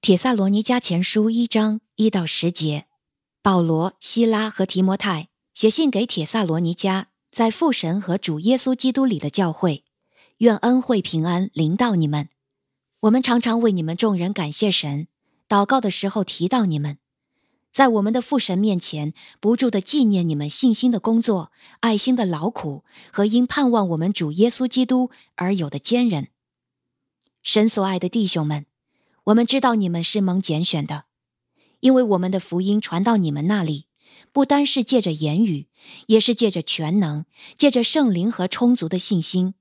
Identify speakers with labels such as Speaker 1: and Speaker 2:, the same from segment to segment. Speaker 1: 帖萨罗尼迦前书一章一到十节，保罗、希拉和提摩太写信给帖萨罗尼迦在父神和主耶稣基督里的教会，愿恩惠平安临到你们。我们常常为你们众人感谢神，祷告的时候提到你们，在我们的父神面前不住的纪念你们信心的工作、爱心的劳苦和因盼望我们主耶稣基督而有的坚韧。神所爱的弟兄们。我们知道你们是蒙拣选的，因为我们的福音传到你们那里，不单是借着言语，也是借着全能，借着圣灵和充足的信心。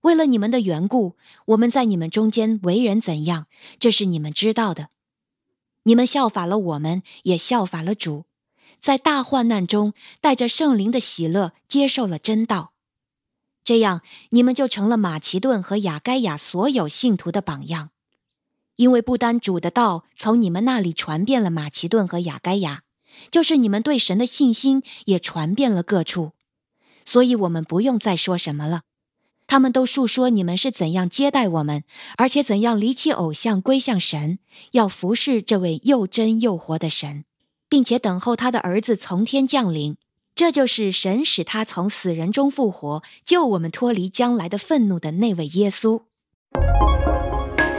Speaker 1: 为了你们的缘故，我们在你们中间为人怎样，这是你们知道的。你们效法了我们，也效法了主，在大患难中带着圣灵的喜乐接受了真道，这样你们就成了马其顿和雅该亚所有信徒的榜样。因为不单主的道从你们那里传遍了马其顿和雅该亚，就是你们对神的信心也传遍了各处，所以我们不用再说什么了。他们都述说你们是怎样接待我们，而且怎样离弃偶像归向神，要服侍这位又真又活的神，并且等候他的儿子从天降临。这就是神使他从死人中复活，救我们脱离将来的愤怒的那位耶稣。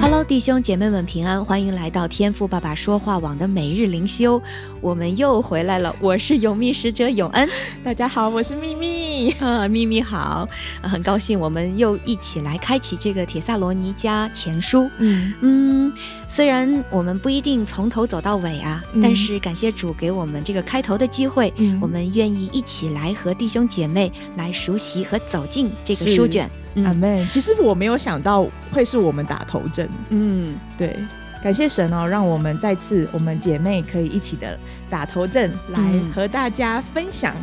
Speaker 1: Hello，弟兄姐妹们平安，欢迎来到天赋爸爸说话网的每日灵修，我们又回来了。我是永密使者永恩，
Speaker 2: 大家好，我是秘密。
Speaker 1: 啊，咪咪好，啊很高兴我们又一起来开启这个《铁萨罗尼迦前书》。
Speaker 2: 嗯，
Speaker 1: 嗯，虽然我们不一定从头走到尾啊，
Speaker 2: 嗯
Speaker 1: 但是感谢主给我们这个开头的机会，
Speaker 2: 嗯
Speaker 1: 我们愿意一起来和弟兄姐妹来熟悉和走进这个
Speaker 2: 是
Speaker 1: 书卷。
Speaker 2: 阿
Speaker 1: 嗯
Speaker 2: 妹，其实我没有想到会是我们打头阵，
Speaker 1: 嗯，
Speaker 2: 对。感谢神哦，让我们再次我们姐妹可以一起的打头阵，来
Speaker 1: 嗯
Speaker 2: 和大家分享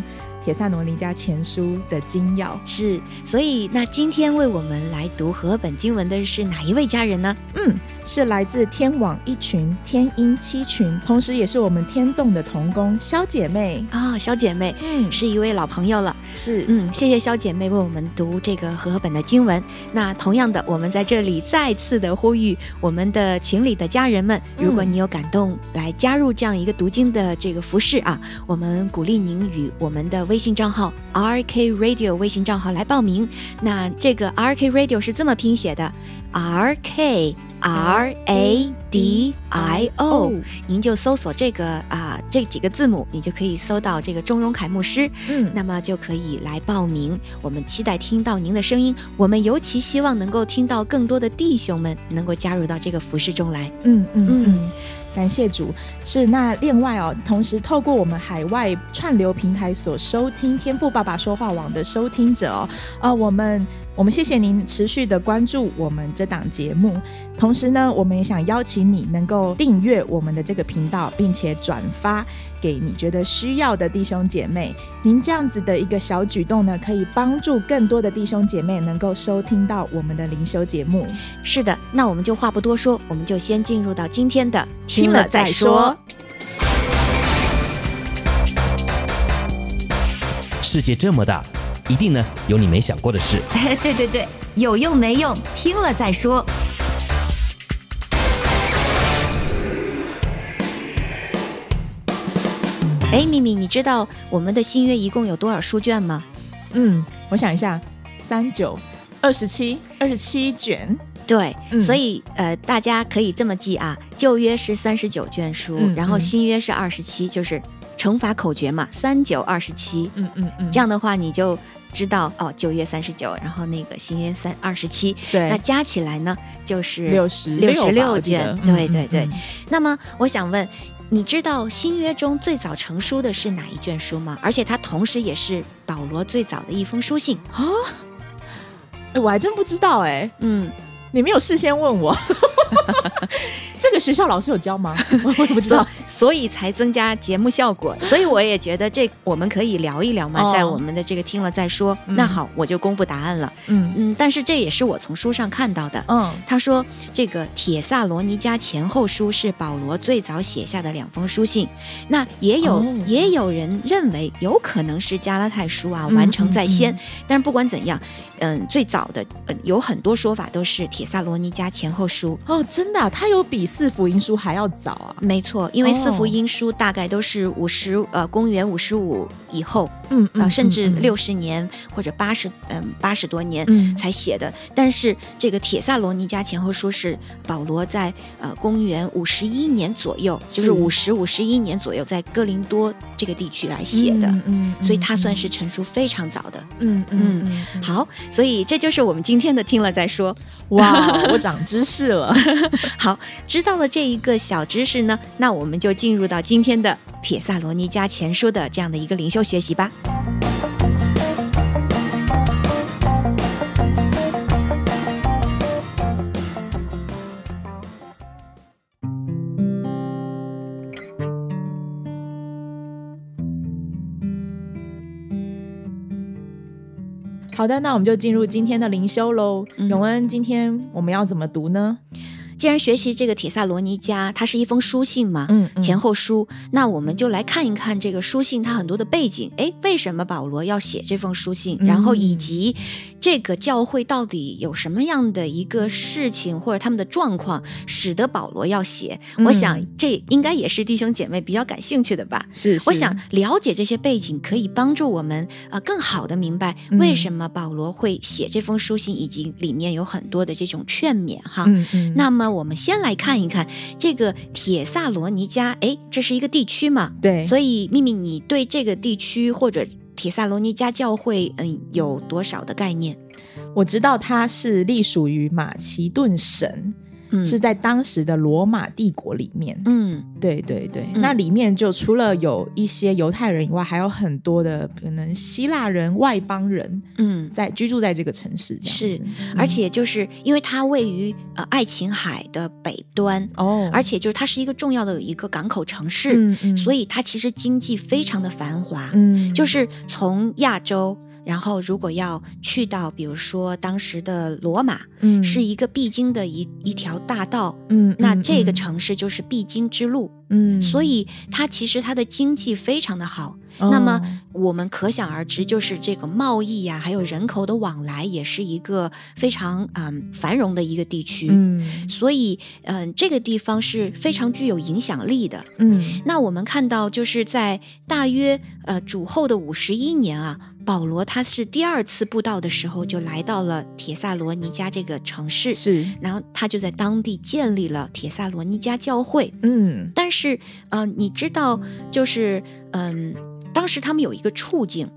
Speaker 2: 《铁萨罗尼迦前书》的精要。
Speaker 1: 是，所以那今天为我们来读和本经文的是哪一位家人呢？
Speaker 2: 嗯，是来自天网一群、天鹰七群，同时也是我们天动的童工肖姐妹。
Speaker 1: 啊、小姐妹
Speaker 2: 嗯
Speaker 1: 是一位老朋友了。
Speaker 2: 是
Speaker 1: 嗯，谢谢肖姐妹为我们读这个和合本的经文。那同样的，我们在这里再次的呼吁我们的群里的家人们，
Speaker 2: 嗯
Speaker 1: 如果你有感动来加入这样一个读经的这个服饰啊，我们鼓励您与我们的微信账号 R K Radio 微信账号来报名。那这个 R K Radio 是这么拼写的：R K R A D I
Speaker 2: 哦
Speaker 1: O。您就搜索这个啊、这几个字母，你就可以搜到这个钟荣凯牧师。
Speaker 2: 嗯，
Speaker 1: 那么就可以来报名。我们期待听到您的声音，我们尤其希望能够听到更多的弟兄们能够加入到这个服饰中来。
Speaker 2: 嗯嗯
Speaker 1: 嗯
Speaker 2: 嗯，感谢主。是那另外哦，同时透过我们海外串流平台所收听《天赋爸爸说话网》的收听者哦，呃，我们我们谢谢您持续的关注我们这档节目。同时呢，我们也想邀请你能够订阅我们的这个频道，并且转发给你觉得需要的弟兄姐妹。您这样子的一个小举动呢，可以帮助更多的弟兄姐妹能够收听到我们的灵修节目。
Speaker 1: 是的，那我们就话不多说，我们就先进入到今天的
Speaker 2: 听了再说。
Speaker 3: 世界这么大，一定呢有你没想过的事。
Speaker 4: 对对对，有用没用，听了再说。
Speaker 1: 哎，咪咪，你知道我们的新约一共有多少书卷吗？
Speaker 2: 嗯，我想一下，三九、二十七、二十七卷，
Speaker 1: 对，
Speaker 2: 嗯
Speaker 1: 所以呃，大家可以这么记啊，旧约是三十九卷书，
Speaker 2: 嗯
Speaker 1: 然后
Speaker 2: 嗯
Speaker 1: 新约是二十七，就是乘法口诀嘛，三九二十七。
Speaker 2: 嗯嗯嗯，
Speaker 1: 这样的话，你就知道哦，九月三十九，然后那个新约三二十七，那
Speaker 2: 对，
Speaker 1: 加起来呢就是
Speaker 2: 六十
Speaker 1: 66卷对对对，
Speaker 2: 吧我记得嗯嗯
Speaker 1: 那么我想问，你知道新约中最早成书的是哪一卷书吗？而且它同时也是保罗最早的一封书信。
Speaker 2: 嗯哎我还真不知道哎、
Speaker 1: 嗯，
Speaker 2: 你没有事先 问我，这个学校老师有教吗？我我也不知道
Speaker 1: 所。所以才增加节目效 果。所以我也觉得这我们可以聊一聊嘛，
Speaker 2: 哦
Speaker 1: 在我们的这个听了再说。
Speaker 2: 嗯
Speaker 1: 那好，我就公布答案了。
Speaker 2: 嗯
Speaker 1: 嗯，但是这也是我从书上看到的。
Speaker 2: 嗯
Speaker 1: 他说，这个《铁萨罗尼迦前后书》是保罗最早写下的两封书信。那也有、
Speaker 2: 哦
Speaker 1: 也有人认为，有可能是加拉太书啊
Speaker 2: 嗯
Speaker 1: 完成在先。
Speaker 2: 嗯
Speaker 1: 但是不管怎样，嗯，最早的、嗯有很多说法都是《铁萨罗尼迦前后书》。
Speaker 2: 哦，真的啊、他有比四福音书还要早啊。
Speaker 1: 没错，因为四福
Speaker 2: 哦
Speaker 1: 音书大概都是五十、呃公元五十五以后，
Speaker 2: 嗯
Speaker 1: 呃甚至六
Speaker 2: 十。
Speaker 1: 十年或者八十嗯八十多年
Speaker 2: 嗯，
Speaker 1: 才写的。但是这个《铁萨罗尼迦前后书》是保罗在呃公元五十一年左右，就是
Speaker 2: 是
Speaker 1: 五十五十一年左右在哥林多这个地区来写的，
Speaker 2: 嗯，嗯
Speaker 1: 所以它算是成书非常早的。
Speaker 2: 嗯嗯嗯嗯
Speaker 1: 好，所以这就是我们今天的听了再说。
Speaker 2: 哇，我长知识了。
Speaker 1: 好，知道了这一个小知识呢，那我们就进入到今天的《铁萨罗尼迦前书》的这样的一个灵修学习吧。
Speaker 2: 好的，那我们就进入今天的灵修喽。
Speaker 1: 嗯
Speaker 2: 永恩，今天我们要怎么读呢？
Speaker 1: 既然学习这个《铁萨罗尼迦》，它是一封书信嘛，
Speaker 2: 嗯
Speaker 1: 前后书，那我们就来看一看这个书信它很多的背景。诶，为什么保罗要写这封书信？
Speaker 2: 嗯
Speaker 1: 然后以及这个教会到底有什么样的一个事情或者他们的状况，使得保罗要写？
Speaker 2: 嗯
Speaker 1: 我想这应该也是弟兄姐妹比较感兴趣的吧。
Speaker 2: 是
Speaker 1: 我想了解这些背景，可以帮助我们呃更好的明白
Speaker 2: 嗯
Speaker 1: 为什么保罗会写这封书信，以及里面有很多的这种劝勉哈。
Speaker 2: 嗯嗯，
Speaker 1: 啊那么我们先来看一看这个铁萨罗尼迦，哎，这是一个地区嘛，
Speaker 2: 对，
Speaker 1: 所以秘密，你对这个地区或者铁萨罗尼迦教会，嗯，有多少的概念？
Speaker 2: 我知道他是隶属于马其顿神，
Speaker 1: 嗯
Speaker 2: 是在当时的罗马帝国里面。
Speaker 1: 嗯
Speaker 2: 对对对，
Speaker 1: 嗯
Speaker 2: 那里面就除了有一些犹太人以外，还有很多的可能希腊人、外邦人
Speaker 1: 嗯，
Speaker 2: 在居住在这个城市这样子。
Speaker 1: 是
Speaker 2: 嗯
Speaker 1: 而且就是因为它位于呃爱琴海的北端，
Speaker 2: 哦，
Speaker 1: 而且就是它是一个重要的一个港口城市，
Speaker 2: 嗯嗯，
Speaker 1: 所
Speaker 2: 以
Speaker 1: 以它其实经济非常的繁华，
Speaker 2: 嗯，
Speaker 1: 就是从亚洲，然后如果要去到比如说当时的罗马，
Speaker 2: 嗯
Speaker 1: 是一个必经的一一条大道。
Speaker 2: 嗯，
Speaker 1: 那
Speaker 2: 嗯
Speaker 1: 这个，城市就是必经之路，
Speaker 2: 嗯，
Speaker 1: 所以它其实它的经济非常的好。
Speaker 2: 哦
Speaker 1: 那么我们可想而知，就是这个贸易呀、还有人口的往来，也是一个非常嗯繁荣的一个地区。
Speaker 2: 嗯
Speaker 1: 所以，嗯，这个地方是非常具有影响力的。
Speaker 2: 嗯
Speaker 1: 那我们看到，就是在大约呃主后的五十一年啊，保罗他是第二次布道的时候，就来到了铁萨罗尼迦这个城市，
Speaker 2: 是
Speaker 1: 然后他就在当地建立了铁萨罗尼迦教会。
Speaker 2: 嗯
Speaker 1: 但是，呃，你知道，就是嗯、当时他们有一个处境。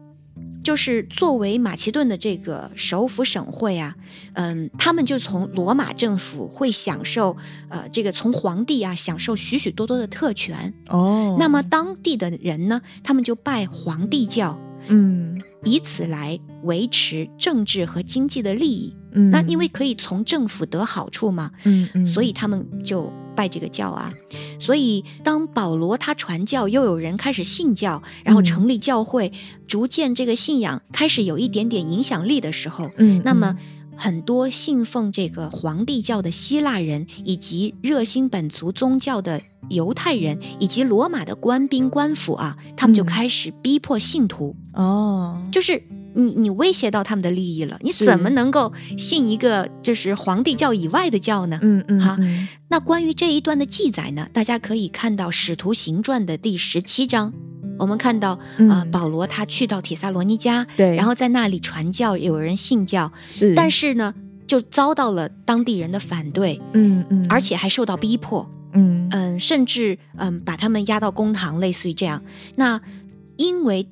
Speaker 1: 就是作为马其顿的这个首府省会啊，嗯，他们就从罗马政府会享受，呃，这个从皇帝啊享受许许多多的特权，
Speaker 2: 哦，
Speaker 1: 那么当地的人呢，他们就拜皇帝教，
Speaker 2: 嗯
Speaker 1: 以此来维持政治和经济的利益。
Speaker 2: 嗯，
Speaker 1: 那因为可以从政府得好处嘛，
Speaker 2: 嗯嗯，
Speaker 1: 所以他们就拜这个教啊。所以当保罗他传教，又有人开始信教，然后
Speaker 2: 嗯
Speaker 1: 成立教会，逐渐这个信仰开始有一点点影响力的时候，
Speaker 2: 嗯，
Speaker 1: 那么
Speaker 2: 嗯。
Speaker 1: 很多信奉这个皇帝教的希腊人，以及热心本族宗教的犹太人，以及罗马的官兵官府啊，他们就
Speaker 2: 嗯
Speaker 1: 开始逼迫信徒，
Speaker 2: 哦，
Speaker 1: 就是你你威胁到他们的利益了，你
Speaker 2: 是
Speaker 1: 怎么能够信一个就是皇帝教以外的教呢？
Speaker 2: 嗯嗯，
Speaker 1: 好
Speaker 2: 嗯
Speaker 1: 那关于这一段的记载呢，大家可以看到《使徒行传》的第十七章，我们看到呃
Speaker 2: 嗯
Speaker 1: 保罗他去到铁萨罗尼迦，
Speaker 2: 对，
Speaker 1: 然后在那里传教，有人信教，
Speaker 2: 是，
Speaker 1: 但
Speaker 2: 是
Speaker 1: 是呢，就遭到了当地人的反对，
Speaker 2: 嗯嗯，
Speaker 1: 而且还受到逼迫，
Speaker 2: 嗯
Speaker 1: 嗯，甚至嗯把他们押到公堂，类似于这样。那因为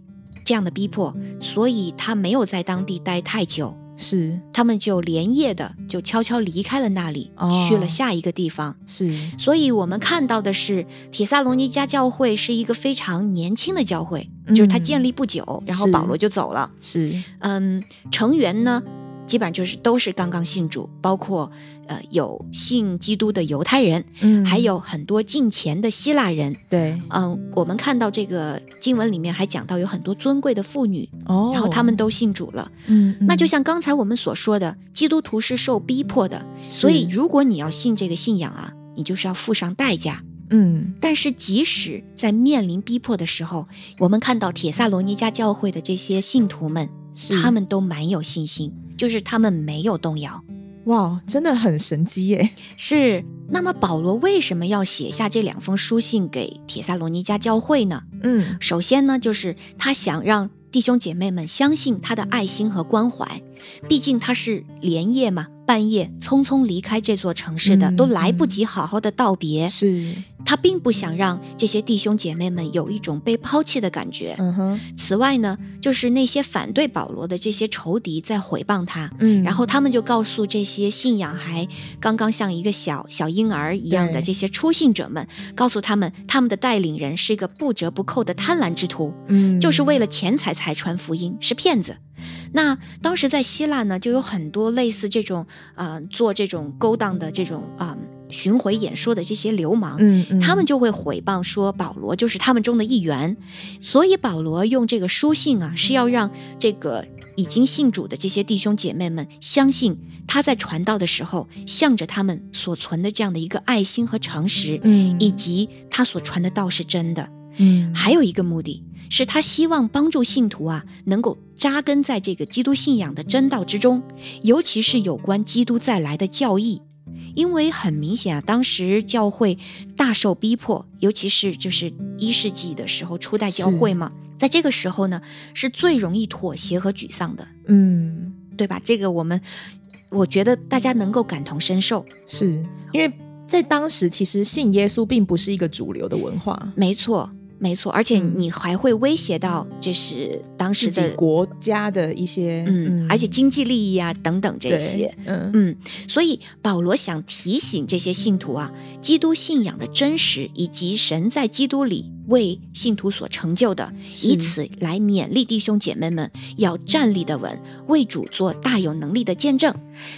Speaker 1: 这样的逼迫，所以他没有在当地待太久，
Speaker 2: 是
Speaker 1: 他们就连夜的就悄悄离开了那里，
Speaker 2: 哦
Speaker 1: 去了下一个地方。
Speaker 2: 是
Speaker 1: 所以我们看到的是，铁萨罗尼迦教会是一个非常年轻的教会，
Speaker 2: 嗯
Speaker 1: 就是它建立不久，然后
Speaker 2: 是
Speaker 1: 保罗就走了。
Speaker 2: 是，
Speaker 1: 嗯，成员呢基本上就是都是刚刚信主，包括呃有信基督的犹太人，
Speaker 2: 嗯
Speaker 1: 还有很多近前的希腊人。
Speaker 2: 对
Speaker 1: 嗯、我们看到这个经文里面还讲到有很多尊贵的妇女，
Speaker 2: 哦，
Speaker 1: 然后他们都信主了。
Speaker 2: 嗯，嗯
Speaker 1: 那就像刚才我们所说的，基督徒是受逼迫的，所以
Speaker 2: 是
Speaker 1: 如果你要信这个信仰啊，你就是要付上代价。
Speaker 2: 嗯
Speaker 1: 但是，即使在面临逼迫的时候，我们看到铁萨罗尼迦教会的这些信徒们，
Speaker 2: 是
Speaker 1: 他们都蛮有信心，就是他们没有动摇。
Speaker 2: 哇，真的很神机耶，
Speaker 1: 是，那么保罗为什么要写下这两封书信给铁萨罗尼迦教会呢？
Speaker 2: 嗯
Speaker 1: 首先呢，就是他想让弟兄姐妹们相信他的爱心和关怀，毕竟他是连夜嘛，半夜匆匆离开这座城市的，
Speaker 2: 嗯
Speaker 1: 都来不及好好的道别。
Speaker 2: 是
Speaker 1: 他并不想让这些弟兄姐妹们有一种被抛弃的感觉。
Speaker 2: 嗯哼
Speaker 1: 此外呢，就是那些反对保罗的这些仇敌在毁谤他，
Speaker 2: 嗯，
Speaker 1: 然后他们就告诉这些信仰还刚刚像一个小小婴儿一样的
Speaker 2: 对
Speaker 1: 这些初信者们，告诉他们他们的带领人是一个不折不扣的贪婪之徒，
Speaker 2: 嗯
Speaker 1: 就是为了钱财才传福音，是骗子。那当时在希腊呢，就有很多类似这种呃做这种勾当的这种啊、巡回演说的这些流氓，
Speaker 2: 嗯嗯
Speaker 1: 他们就会毁谤说保罗就是他们中的一员，所以保罗用这个书信啊，是要让这个已经信主的这些弟兄姐妹们相信他在传道的时候，向着他们所存的这样的一个爱心和诚实，
Speaker 2: 嗯
Speaker 1: 以及他所传的道是真的。
Speaker 2: 嗯
Speaker 1: 还有一个目的是他希望帮助信徒啊，能够扎根在这个基督信仰的真道之中，尤其是有关基督再来的教义。因为很明显啊，当时教会大受逼迫，尤其是就是一世纪的时候，初代教会嘛，在这个时候呢，是最容易妥协和沮丧的，
Speaker 2: 嗯
Speaker 1: 对吧？这个我们，我觉得大家能够感同身受。
Speaker 2: 是因为在当时其实信耶稣并不是一个主流的文化，
Speaker 1: 没错，没错，而且
Speaker 2: 嗯
Speaker 1: 你还会威胁到，就是当时
Speaker 2: 自
Speaker 1: 的
Speaker 2: 己国家的一些
Speaker 1: 嗯，而且经济利益啊等等这些。，
Speaker 2: 对嗯
Speaker 1: 嗯，所以保罗想提醒这些信徒啊，基督信仰的真实以及神在基督里为信徒所成就的，
Speaker 2: 是
Speaker 1: 以此来勉励弟兄姐妹们要站立的稳，为主做大有能力的见证。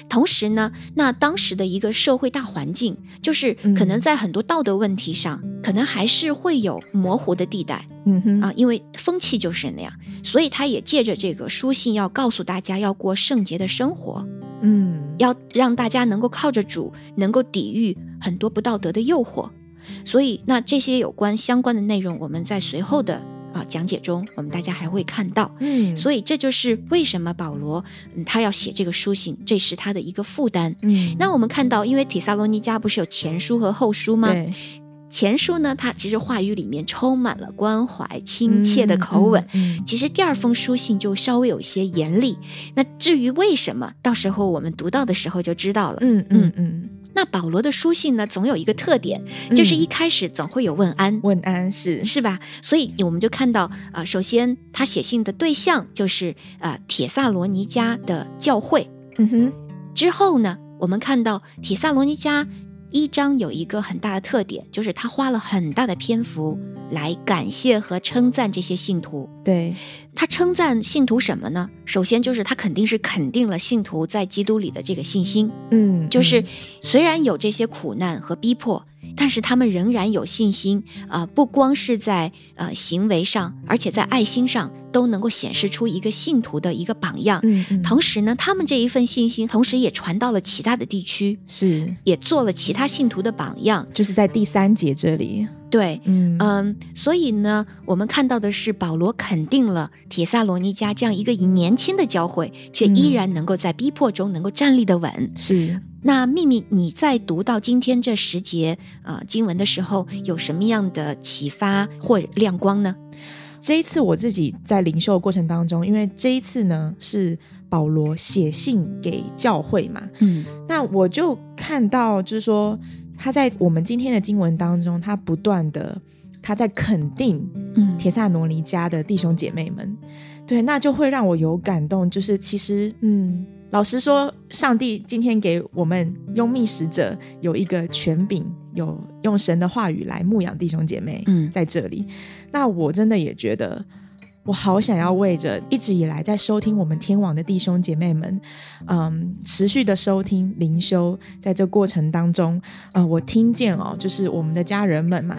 Speaker 1: 同时呢，那当时的一个社会大环境，就是可能
Speaker 2: 嗯
Speaker 1: 在很多道德问题上，可能还是会有模糊的地带。
Speaker 2: 嗯哼
Speaker 1: 啊，因为风气就是那样，所以他也借着这个书信要告诉大家要过圣洁的生活，
Speaker 2: 嗯
Speaker 1: 要让大家能够靠着主，能够抵御很多不道德的诱惑。所以，那这些有关相关的内容，我们在随后的啊、讲解中，我们大家还会看到。
Speaker 2: 嗯
Speaker 1: 所以，这就是为什么保罗、嗯、他要写这个书信，这是他的一个负担。
Speaker 2: 嗯
Speaker 1: 那我们看到，因为铁萨罗尼迦不是有前书和后书吗？
Speaker 2: 对
Speaker 1: 前书呢，它其实话语里面充满了关怀、亲切的口吻。
Speaker 2: 嗯嗯嗯
Speaker 1: 其实第二封书信就稍微有一些严厉。那至于为什么，到时候我们读到的时候就知道了。
Speaker 2: 嗯嗯嗯，
Speaker 1: 那保罗的书信呢，总有一个特点，就是一开始总会有问安。
Speaker 2: 问嗯安是
Speaker 1: 是吧？所以我们就看到，呃，首先他写信的对象就是呃铁萨罗尼迦的教会，
Speaker 2: 嗯哼
Speaker 1: 之后呢，我们看到铁萨罗尼迦一章有一个很大的特点，就是他花了很大的篇幅来感谢和称赞这些信徒。
Speaker 2: 对
Speaker 1: 他称赞信徒什么呢？首先就是他肯定是肯定了信徒在基督里的这个信心，
Speaker 2: 嗯
Speaker 1: 就是
Speaker 2: 嗯
Speaker 1: 虽然有这些苦难和逼迫，但是他们仍然有信心啊、呃不光是在呃行为上，而且在爱心上都能够显示出一个信徒的一个榜样。
Speaker 2: 嗯嗯
Speaker 1: 同时呢，他们这一份信心，同时也传到了其他的地区，
Speaker 2: 是
Speaker 1: 也做了其他信徒的榜样。
Speaker 2: 就是在第三节这里，
Speaker 1: 对，
Speaker 2: 嗯
Speaker 1: 嗯，所以呢，我们看到的是保罗肯定了铁萨罗尼迦这样一个年轻的教会，却依
Speaker 2: 嗯
Speaker 1: 然能够在逼迫中能够站立的稳。
Speaker 2: 是
Speaker 1: 那秘密，你在读到今天这十节呃经文的时候，有什么样的启发或亮光呢？
Speaker 2: 这一次我自己在灵修的过程当中，因为这一次呢是保罗写信给教会嘛，
Speaker 1: 嗯
Speaker 2: 那我就看到就是说他在我们今天的经文当中，他不断的他在肯定
Speaker 1: 嗯
Speaker 2: 铁萨罗尼家的弟兄姐妹们，对，那就会让我有感动。就是其实，嗯，老实说，上帝今天给我们用密使者有一个权柄，有用神的话语来牧养弟兄姐妹，
Speaker 1: 嗯
Speaker 2: 在这里，那我真的也觉得。我好想要为着一直以来在收听我们天网的弟兄姐妹们，嗯，持续的收听灵修，在这过程当中，呃，我听见哦，就是我们的家人们嘛，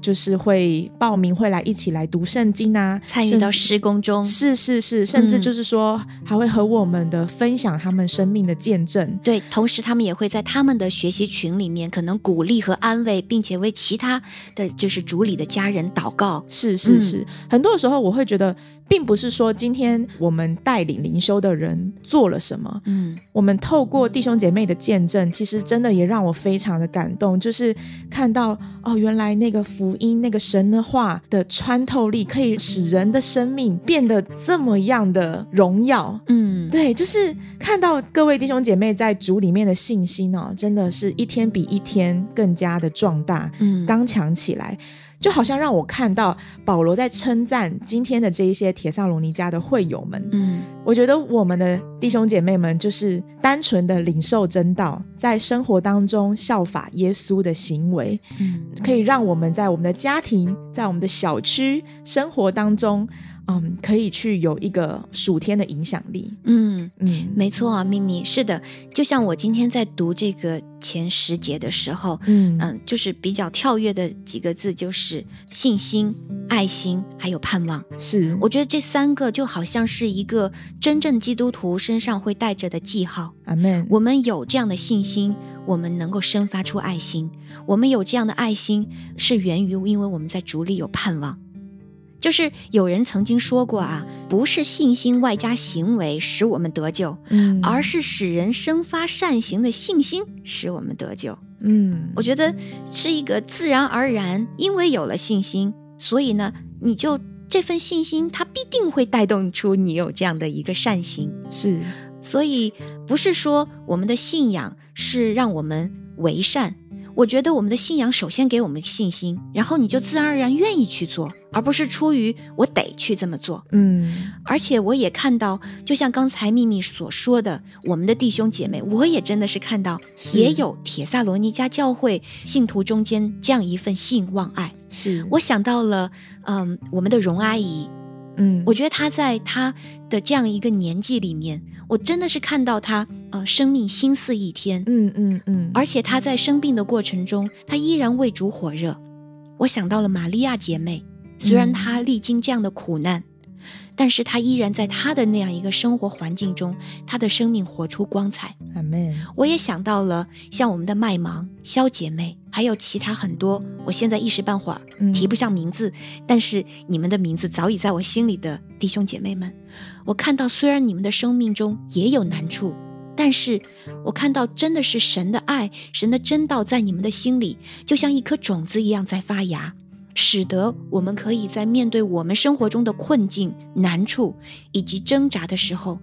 Speaker 2: 就是会报名会来一起来读圣经啊，
Speaker 1: 参与到
Speaker 2: 甚至
Speaker 1: 施工中，
Speaker 2: 是是是，甚至
Speaker 1: 嗯
Speaker 2: 就是说，还会和我们的分享他们生命的见证。
Speaker 1: 对，同时他们也会在他们的学习群里面，可能鼓励和安慰，并且为其他的就是主里的家人祷告。
Speaker 2: 是是
Speaker 1: 嗯
Speaker 2: 是，很多时候我会觉得，并不是说今天我们带领灵修的人做了什么，
Speaker 1: 嗯，
Speaker 2: 我们透过弟兄姐妹的见证，其实真的也让我非常的感动，就是看到哦，原来那个福音、那个神的话的穿透力，可以使人的生命变得这么样的荣耀。
Speaker 1: 嗯，
Speaker 2: 对，就是看到各位弟兄姐妹在主里面的信心哦，真的是一天比一天更加的壮大，
Speaker 1: 嗯，
Speaker 2: 刚强起来。就好像让我看到保罗在称赞今天的这一些铁萨罗尼迦的会友们，
Speaker 1: 嗯
Speaker 2: 我觉得我们的弟兄姐妹们就是单纯的领受真道，在生活当中效法耶稣的行为，
Speaker 1: 嗯
Speaker 2: 可以让我们在我们的家庭、在我们的小区生活当中，嗯，可以去有一个属天的影响力。
Speaker 1: 嗯，
Speaker 2: 嗯，
Speaker 1: 没错啊，秘密是的，就像我今天在读这个前十节的时候，
Speaker 2: 嗯
Speaker 1: 嗯，就是比较跳跃的几个字，就是信心、爱心，还有盼望。
Speaker 2: 嗯是
Speaker 1: 我觉得这三个就好像是一个真正基督徒身上会带着的记号。
Speaker 2: 阿门。
Speaker 1: 我们有这样的信心，我们能够生发出爱心；我们有这样的爱心，是源于因为我们在主里有盼望。就是有人曾经说过啊，不是信心外加行为使我们得救，
Speaker 2: 嗯
Speaker 1: 而是使人生发善行的信心使我们得救。
Speaker 2: 嗯，
Speaker 1: 我觉得是一个自然而然，因为有了信心，所以呢，你就这份信心，它必定会带动出你有这样的一个善行。
Speaker 2: 是
Speaker 1: 所以不是说我们的信仰是让我们为善，我觉得我们的信仰首先给我们信心，然后你就自然而然愿意去做，而不是出于我得去这么做。
Speaker 2: 嗯
Speaker 1: 而且我也看到，就像刚才秘密所说的，我们的弟兄姐妹，我也真的是看到，
Speaker 2: 是
Speaker 1: 也有铁萨罗尼迦教会信徒中间这样一份信望爱。
Speaker 2: 是
Speaker 1: 我想到了，嗯，我们的荣阿姨，
Speaker 2: 嗯
Speaker 1: 我觉得她在她的这样一个年纪里面，我真的是看到她，呃，生命心似一天，
Speaker 2: 嗯嗯嗯，
Speaker 1: 而且她在生病的过程中，她依然为主火热。我想到了玛利亚姐妹，虽然
Speaker 2: 嗯
Speaker 1: 她历经这样的苦难，但是她依然在她的那样一个生活环境中，她的生命活出光彩。
Speaker 2: 阿门。
Speaker 1: 我也想到了像我们的麦芒、肖姐妹，还有其他很多，我现在一时半会儿
Speaker 2: 嗯
Speaker 1: 提不上名字，但是你们的名字早已在我心里的弟兄姐妹们，我看到虽然你们的生命中也有难处，但是我看到真的是神的爱、神的真道在你们的心里，就像一颗种子一样在发芽。使得我们可以在面对我们生活中的困境、难处以及挣扎的时候，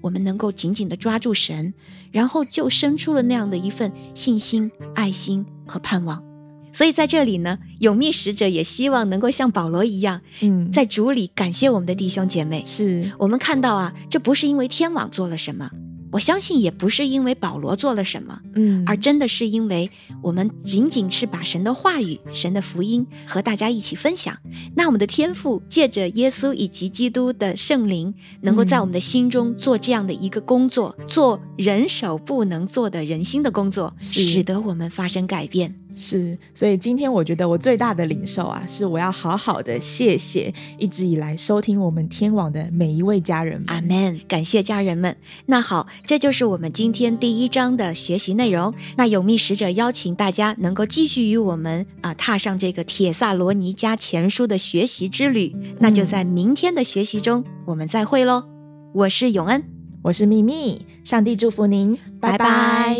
Speaker 1: 我们能够紧紧地抓住神，然后就生出了那样的一份信心、爱心和盼望。所以在这里呢，永密使者也希望能够像保罗一样，
Speaker 2: 嗯
Speaker 1: 在主里感谢我们的弟兄姐妹。
Speaker 2: 是
Speaker 1: 我们看到啊，这不是因为天网做了什么，我相信也不是因为保罗做了什么，
Speaker 2: 嗯
Speaker 1: 而真的是因为我们仅仅是把神的话语、神的福音和大家一起分享，那我们的天赋借着耶稣以及基督的圣灵，能够在我们的心中做这样的一个工作，做人手不能做的人心的工作，
Speaker 2: 是
Speaker 1: 使得我们发生改变。
Speaker 2: 是，所以今天我觉得我最大的领受啊，是我要好好的谢谢一直以来收听我们天网的每一位家人们。
Speaker 1: 阿门！感谢家人们。那好，这就是我们今天第一章的学习内容。那永密使者邀请大家能够继续与我们啊、踏上这个铁萨罗尼迦前书的学习之旅。那就在明天的学习中，我们再会喽。我是永恩，
Speaker 2: 我是秘密，上帝祝福您，
Speaker 1: 拜
Speaker 2: 拜拜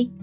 Speaker 1: 拜